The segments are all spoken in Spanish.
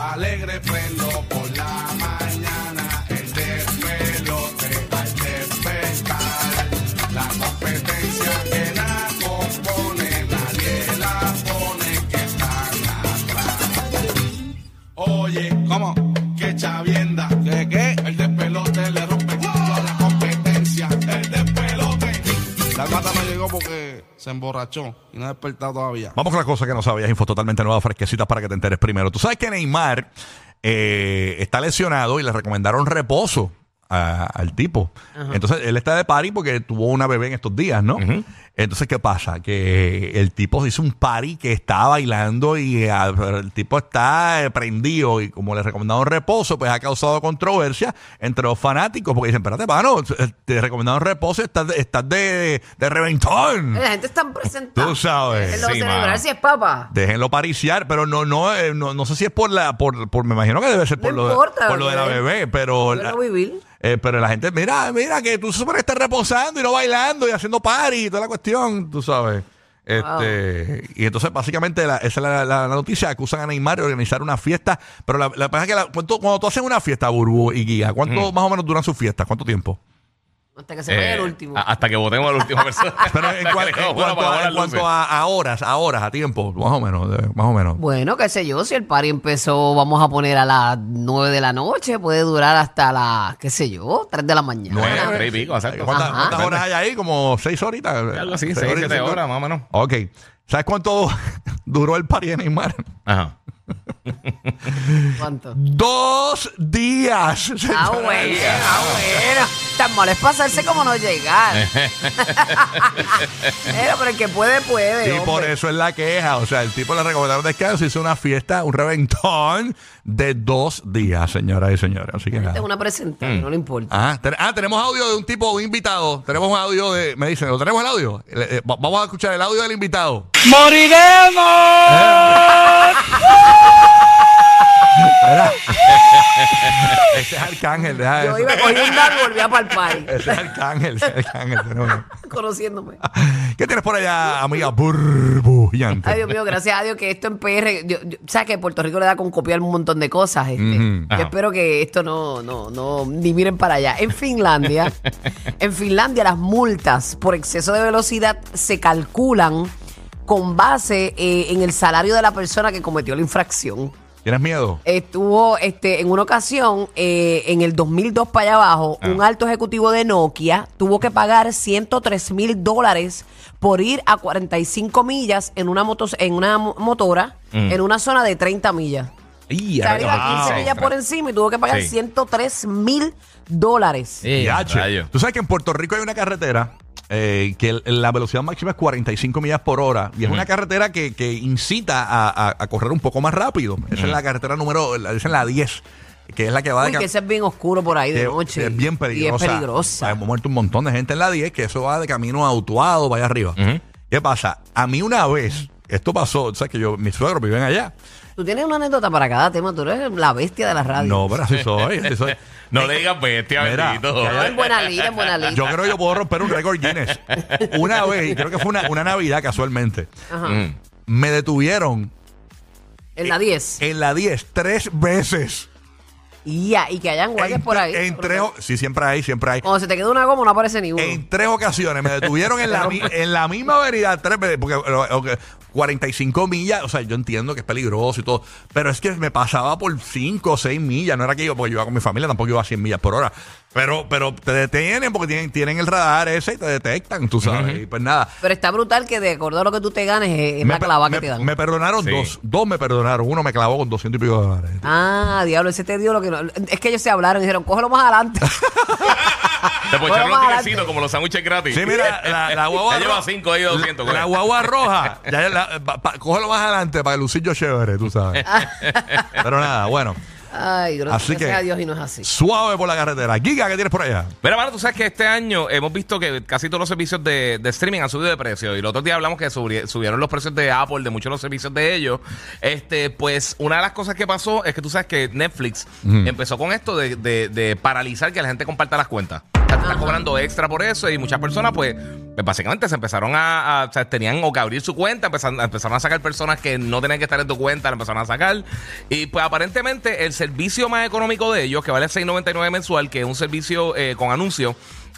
Alegre prendo por la mañana, el despelote al despertar. La competencia que la compone, nadie la pone que están atrás. Oye, ¿cómo? Que chavienda. ¿Qué, qué? El despelote le rompe el culo a la competencia, el despelote. La gata no llegó porque se emborrachó y no ha despertado todavía. Vamos con las cosas que no sabías, info totalmente nueva, fresquecitas para que te enteres primero. Tú sabes que Neymar eh, está lesionado y le recomendaron reposo a- al tipo. Entonces, él está de party porque tuvo una bebé en estos días, ¿no? Entonces, ¿qué pasa? Que el tipo hizo un party que está bailando y eh, el tipo está eh, prendido y como le recomendaron reposo, pues ha causado controversia entre los fanáticos porque dicen, espérate, mano, te recomendaron reposo, y estás, de- estás de, de reventón. Eh, La gente está presentada. Tú sabes. Déjenlo Sí, celebrar mano. si es papa. Déjenlo pariciar, pero no, no, eh, no, no sé si es por la, por, por- me imagino que debe ser por, No lo, de- importa, por lo de la bebé. bebé, pero, Yo la- lo vivir. eh, pero la gente, mira, mira que tú super estás reposando y no bailando y haciendo party y toda la cuestión, tú sabes. Este, Y entonces, básicamente, la- esa es la, la- la noticia. Acusan a Neymar de organizar una fiesta. Pero la, la cosa es que la- ¿cuánto- cuando tú haces una fiesta, Burbu y Guía, ¿cuánto más o menos duran sus fiestas? ¿Cuánto tiempo? Hasta que se vaya Eh, Este el último. a- Hasta que votemos al último persona. Pero en, cua- en cuanto, a, en cuanto a, a horas, a horas, a tiempo, más o menos, eh, más o menos. Bueno, qué sé yo, si el party empezó, vamos a poner a las 9 de la noche, puede durar hasta las, qué sé yo, 3 de la mañana. Nueve, tres y pico, exacto. Eh, ¿Cuántas, Ajá. cuántas horas hay ahí? Como seis horitas. Algo así, Seis seis, horitas, siete cinco- horas, más o menos. Ok. ¿Sabes cuánto duró el pari de Neymar? Ajá. ¿Cuánto? Dos días. Ah, señora. bueno, ah, bueno. Tan malo es pasarse como no llegar. pero, pero el que puede, puede. Y por hombre. eso es la queja. O sea, el tipo le recomendaron descanso, hizo una fiesta, un reventón de dos días, señoras y señores. Así que Esta nada. es una presentada, no le importa. Ah, ten- ah, tenemos audio de un tipo, un invitado. Tenemos un audio de. Me dicen, ¿lo tenemos el audio? Le- eh, va- vamos a escuchar el audio del invitado. ¡Moriremos! Ese es Arcángel, deja Yo Ah, eso. iba a coger un dado y volvía para el party, Ese es Arcángel, ese es Arcángel. tenemos- conociéndome. ¿Qué tienes por allá, amiga burbujeante? Ay, Dios mío, gracias a Dios que esto en PR. yo- yo- ¿Sabes que Puerto Rico le da con copiar un montón de cosas? Este. Ujú. Yo Ajá. espero que esto no, no, no, ni miren para allá. En Finlandia, en Finlandia, las multas por exceso de velocidad se calculan con base eh, en el salario de la persona que cometió la infracción. ¿Tienes miedo? Estuvo este, en una ocasión, eh, en el 2002 para allá abajo, un alto ejecutivo de Nokia tuvo que pagar 103 mil dólares por ir a 45 millas en una, moto, en una mo- motora en una zona de 30 millas. Y O sea, él iba rayo, 15 Ah, wow. millas por encima y tuvo que pagar Sí. 103 mil dólares. Eh, Y H. rayo. Tú sabes que en Puerto Rico hay una carretera eh, que el- la velocidad máxima es 45 millas por hora y es una carretera que, que incita a, a- a correr un poco más rápido. Esa es la carretera número, la- esa es la 10, que es la que va de Uy, ca- que ese es bien oscuro por ahí de que noche. Es bien peligrosa. Y es peligrosa. Hemos muerto un montón de gente en la 10 que eso va de camino a Utuado, vaya arriba. ¿Qué pasa? A mí una vez, esto pasó, sabes que yo, mis suegros viven allá. Tú tienes una anécdota para cada tema, tú eres la bestia de la radio. No, pero así soy, así soy. No le digas pues, este bestia, Mira, bendito. que No, en buena línea, en buena línea. Yo creo que yo puedo romper un récord Guinness. Una vez, creo que fue una, una Navidad casualmente, Ajá. Mm. me detuvieron En la 10. en la 10 tres veces. Y, ya, y que hayan guardias en, por ahí. Oh, en tres, o- sí, siempre hay, siempre hay. Cuando se te queda una goma no aparece ni uno. En tres ocasiones me detuvieron en la, mi- en la misma avenida tres veces, porque o- o- 45 millas, o sea, yo entiendo que es peligroso y todo, pero es que me pasaba por 5 o 6 millas, no era que yo, porque yo iba con mi familia, tampoco iba a 100 millas por hora, pero pero te detienen porque tienen, tienen el radar ese y te detectan, tú sabes, y pues nada. Pero está brutal que de acuerdo a lo que tú te ganes eh, es, es la pe- clavada que me- te dan. me perdonaron Sí. dos, dos me perdonaron, uno me clavó con 200 y pico de dólares. Ah, diablo, ese te dio lo que no. Es que ellos se hablaron y dijeron, cógelo más adelante. Te Bueno, poncharon más los adelante. tigres como los sándwiches gratis. Sí, mira, la, la guagua Ya lleva roja- cinco ahí de 200, La, coge. la guagua roja. Ya, la- pa- pa- cógelo más adelante para lucir yo chévere, tú sabes. Pero nada, bueno. Ay, gro- Así gracias que- a Dios y no es así. Suave por la carretera. Giga, ¿qué tienes por allá? Mira, mano, tú sabes que este año hemos visto que casi todos los servicios de, de streaming han subido de precio. Y el otro día hablamos que subri- subieron los precios de Apple, de muchos de los servicios de ellos. Este, pues, una de las cosas que pasó es que tú sabes que Netflix empezó con esto de, de- de paralizar que la gente comparta las cuentas. O sea, ya te están cobrando extra por eso y muchas personas pues, pues, básicamente se empezaron a, a- o sea, tenían o que abrir su cuenta, empezaron, empezaron a sacar personas que no tenían que estar en tu cuenta, la empezaron a sacar y pues aparentemente el servicio más económico de ellos, que vale 6.99 mensual, que es un servicio eh, con anuncio,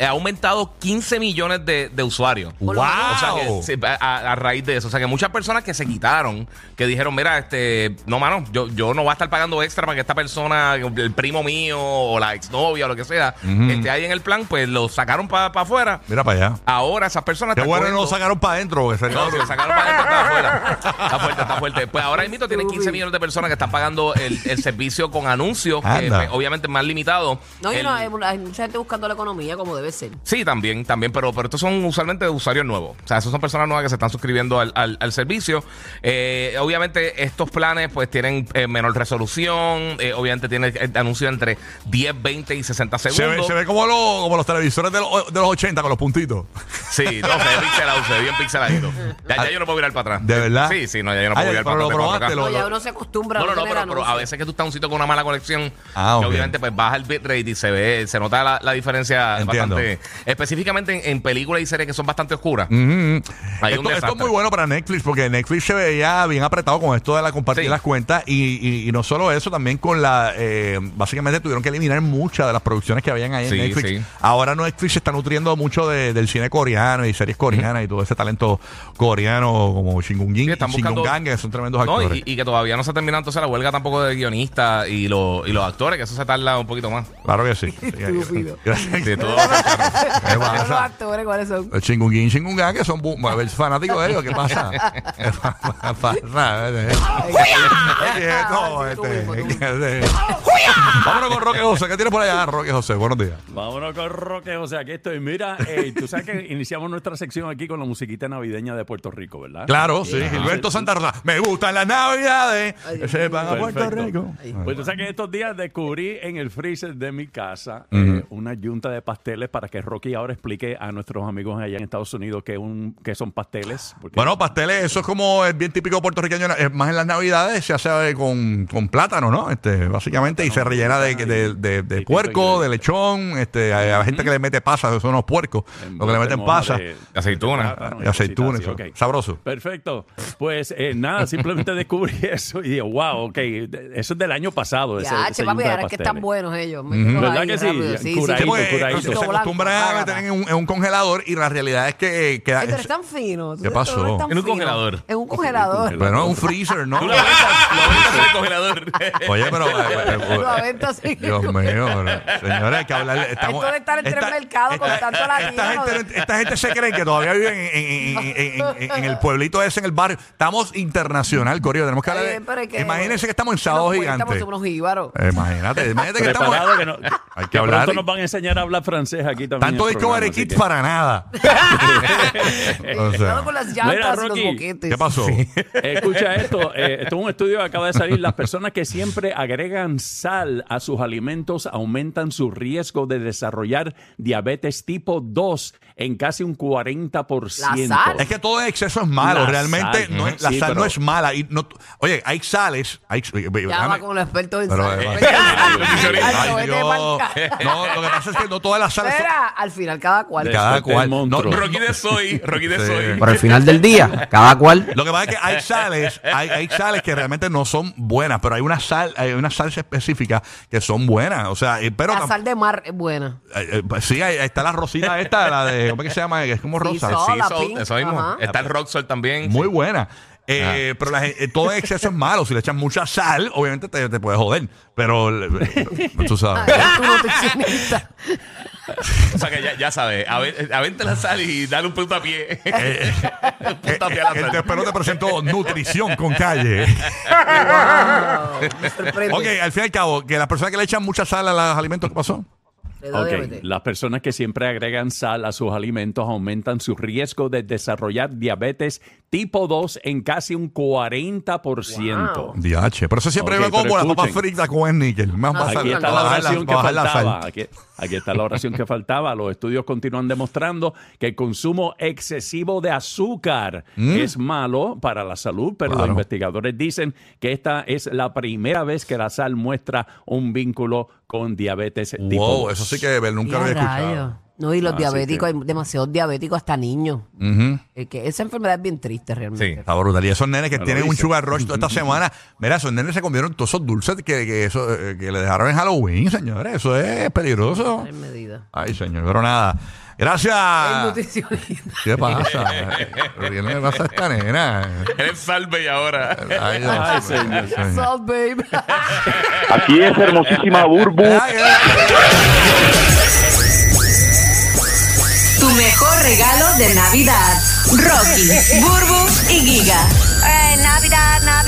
ha aumentado 15 millones de, de usuarios. ¡Wow! O sea que se- eh, a, a- a raíz de eso. O sea que muchas personas que se quitaron, que dijeron, mira, este, no, mano, yo, yo no voy a estar pagando extra para que esta persona, el primo mío o la exnovia o lo que sea, esté ahí en el plan, pues lo sacaron para afuera. Mira para allá. Ahora esas personas Qué están bueno no lo cogiendo- sacaron para adentro, porque sería- no, si lo sacaron para adentro, está afuera. Está fuerte, está fuerte. Pues ahora mismo tienen 15 millones de personas que están pagando el, el servicio con anuncios, que Anda. pues, obviamente es más limitado. No, y El- no, hay, hay mucha gente buscando la economía como debe ser. Sí, también, también, pero, pero estos son usualmente usuarios nuevos. O sea, estos son personas nuevas que se están suscribiendo al, al- al servicio. Eh, obviamente, estos planes pues tienen eh, menor resolución. eh, obviamente, tiene el anuncio entre 10, 20 y 60 se, ve, segundos. se ve como, los- como los televisores de los, de los 80 con los puntitos. Sí, no, se ve pixelado, se ve bien pixeladito. Ya, ya yo no puedo virar para atrás. Ah, ¿De verdad? Sí, sí, no, ya yo no puedo Ay, virar pero lo para atrás. de 4K. probaste, lo- No, ya uno se acostumbra No, a no, no, tener pero, pero a anuncios. veces que tú estás en un sitio con una mala conexión, Ah, que ok. obviamente pues baja el bitrate y se ve, se nota la, la diferencia Entiendo. bastante. Específicamente en, en películas y series que son bastante oscuras. Hay un Esto, esto es desastre. muy bueno para Netflix porque Netflix se veía bien apretado con esto de la compartir Sí. las cuentas y, y- y no solo eso, también con la... eh, básicamente tuvieron que eliminar muchas de las producciones que habían ahí Sí, en Netflix. sí. Ahora Netflix se está nutriendo mucho de- del cine coreano y series coreanas y todo ese talento coreano como Shingunjin Sí, y están buscando- Shingungang, que son tremendos No, actores. y, y que todavía no se ha terminado entonces la huelga tampoco de guionistas y, los y los actores, que eso se tarda un poquito más. Claro que sí. Estúpido. Gracias. De todo va a ser caro. ¿Qué Pero los pasa? actores, ¿cuáles son? El Shingunjin y Shingungang, que son bu- a ver, fanáticos de ellos. ¿Qué pasa? ¿Qué pasa? Quieto, Ay, tú mismo, tú mismo. este. Vámonos con Roque José. ¿Qué tienes por allá, Roque José? Buenos días. Vámonos con Roque, o sea, aquí estoy. Mira, eh, tú sabes que iniciamos nuestra sección aquí con la musiquita navideña de Puerto Rico, ¿verdad? Claro, sí. Yeah. Gilberto Santa Rosa. Me gustan las navidades. Ay, Que Dios sepan a mío. Puerto Perfecto. Rico. Ay. Pues tú sabes que estos días descubrí en el freezer de mi casa eh, una yunta de pasteles para que Rocky ahora explique a nuestros amigos allá en Estados Unidos qué, un, qué son pasteles. porque- Bueno, pasteles, eso es como es bien típico puertorriqueño. Es más en las navidades se hace con, con plátano, ¿no? Este, básicamente, y se rellena de, de, de- de Distintos puerco, de ingredientes. lechón. Este, hay, hay gente que le mete pasas, son unos puercos, lo que le meten mojo pasas. de- Aceituna. de plátano Y aceituna, cositas así, eso. ok. Sabroso. Perfecto. Pues eh, nada, simplemente descubrí eso y digo, wow, ok, de- eso es del año pasado. ese- Ya, esa che, papi, yunta de ahora es que están pasteles. buenos ellos. Me Ujú. quedo ¿Verdad ahí que sí? rápido, Curadito, Sí, porque curadito. se acostumbran a tener en un, en un congelador y la realidad Ah, es que queda. Ay, pero están finos. ¿Qué Ustedes pasó? todos están En un finos. congelador. En un congelador. Bueno, un freezer, ¿no? Tú lo aventas, lo aventas en el congelador. Oye, pero. eh, eh, eh, Lo aventas así. Dios mío, pero, señores, hay que hablar. Esto de estar en tres mercados con tanto latino, Esta gente, ¿no? no- esta gente se cree que todavía viven en, en- en- en- en- en el pueblito ese, en el barrio. Estamos internacional, Corio. Tenemos que Está hablar. de- bien, pero es que- imagínense que estamos en Eh, sábado Nos cuentan, gigante. somos unos jíbaros. Imagínate, imagínate que estamos. Preparado que no- Hay que que pronto hablar. nos van a enseñar a hablar francés aquí también. Tanto en el programa, Discovery así Kids que- para nada. O sea, Cuidado Eh, con las llantas y los Rocky, boquetes. ¿Qué pasó? Eh, Escucha esto, eh, esto es un estudio que acaba de salir. Las personas que siempre agregan sal a sus alimentos aumentan su riesgo de desarrollar diabetes tipo 2 en casi un 40%. La sal. Es que todo en exceso es malo, La realmente sal, no es- la sí, sal no pero- es mala. Y no, oye, hay sales. Hay, oye, Llama dame- con los expertos en Pero, sal. eh, Ay, Ay, no, vete Dios. pa'l ca- No, lo que pasa es que no todas las sales son- Espera, al final cada cual. Después Cada del cual. No, monstruo. no, Rocky de Soy, Rocky de Sí. Soy. Pero al final del día, cada cual. Lo que pasa es que hay sales, hay, hay sales que realmente no son buenas, pero hay una sal, hay unas sales específicas que son buenas. O sea, eh, pero La tam- sal de mar es buena. eh, eh, pues sí, ahí está la rosita esta, la de, ¿cómo es que se llama? Que es como Sí, rosa. son. Sí, la eso- pink, eso mismo. ajá. Está el Rock Sol también. Muy sí. buena. Eh, pero la gen- eh, todo en exceso es malo. Si le echas mucha sal, obviamente te, te puedes joder. Pero eh, tú sabes. Ay, tú nutricionista. O sea que ya, ya sabes, a ver, a vente la sal y dale un puntapié. Eh, Un eh, puntapié a la el sal. desperón te presentó nutrición con calle. Wow, me sorprende. Ok, al fin y al cabo, que las personas que le echan mucha sal a los alimentos, ¿qué pasó? Le doy, Ok, vete. las personas que siempre agregan sal a sus alimentos aumentan su riesgo de desarrollar diabetes tipo 2 en casi un 40%. Wow. DH. Pero eso siempre Ok, iba como pero la papa escuchen. frita con el níquel. Más Ah, va a Aquí salir, está va la a bajar oración que va a bajar la sal. faltaba. Aquí, Aquí está la oración que faltaba. Los estudios continúan demostrando que el consumo excesivo de azúcar es malo para la salud, pero los Claro. investigadores dicen que esta es la primera vez que la sal muestra un vínculo con diabetes tipo wow, 2. eso sí que Bel, nunca lo había Mira, escuchado. Ah, rayos. No, y los Así diabéticos, que- hay demasiados diabéticos hasta niños. Ujú. Es que esa enfermedad es bien triste realmente. Está brutal. Y esos nenes que lo tienen un dice. sugar rush toda esta semana, mira, esos nenes se comieron todos esos dulces que, que, eso, eh, que le dejaron en Halloween, señores. Eso es peligroso. En medida. Ay, señor, pero nada. El Gracias. nutricionista. ¿Qué pasa? ¿Qué le pasa a esta nena? Eres salve y ahora. Ay, Dios Ay, mío, señor. What's señor. up, babe? Aquí es hermosísima Burbu. Ay, ay. Tu mejor regalo de Navidad. Rocky, Burbu y Giga. Navidad, Navidad.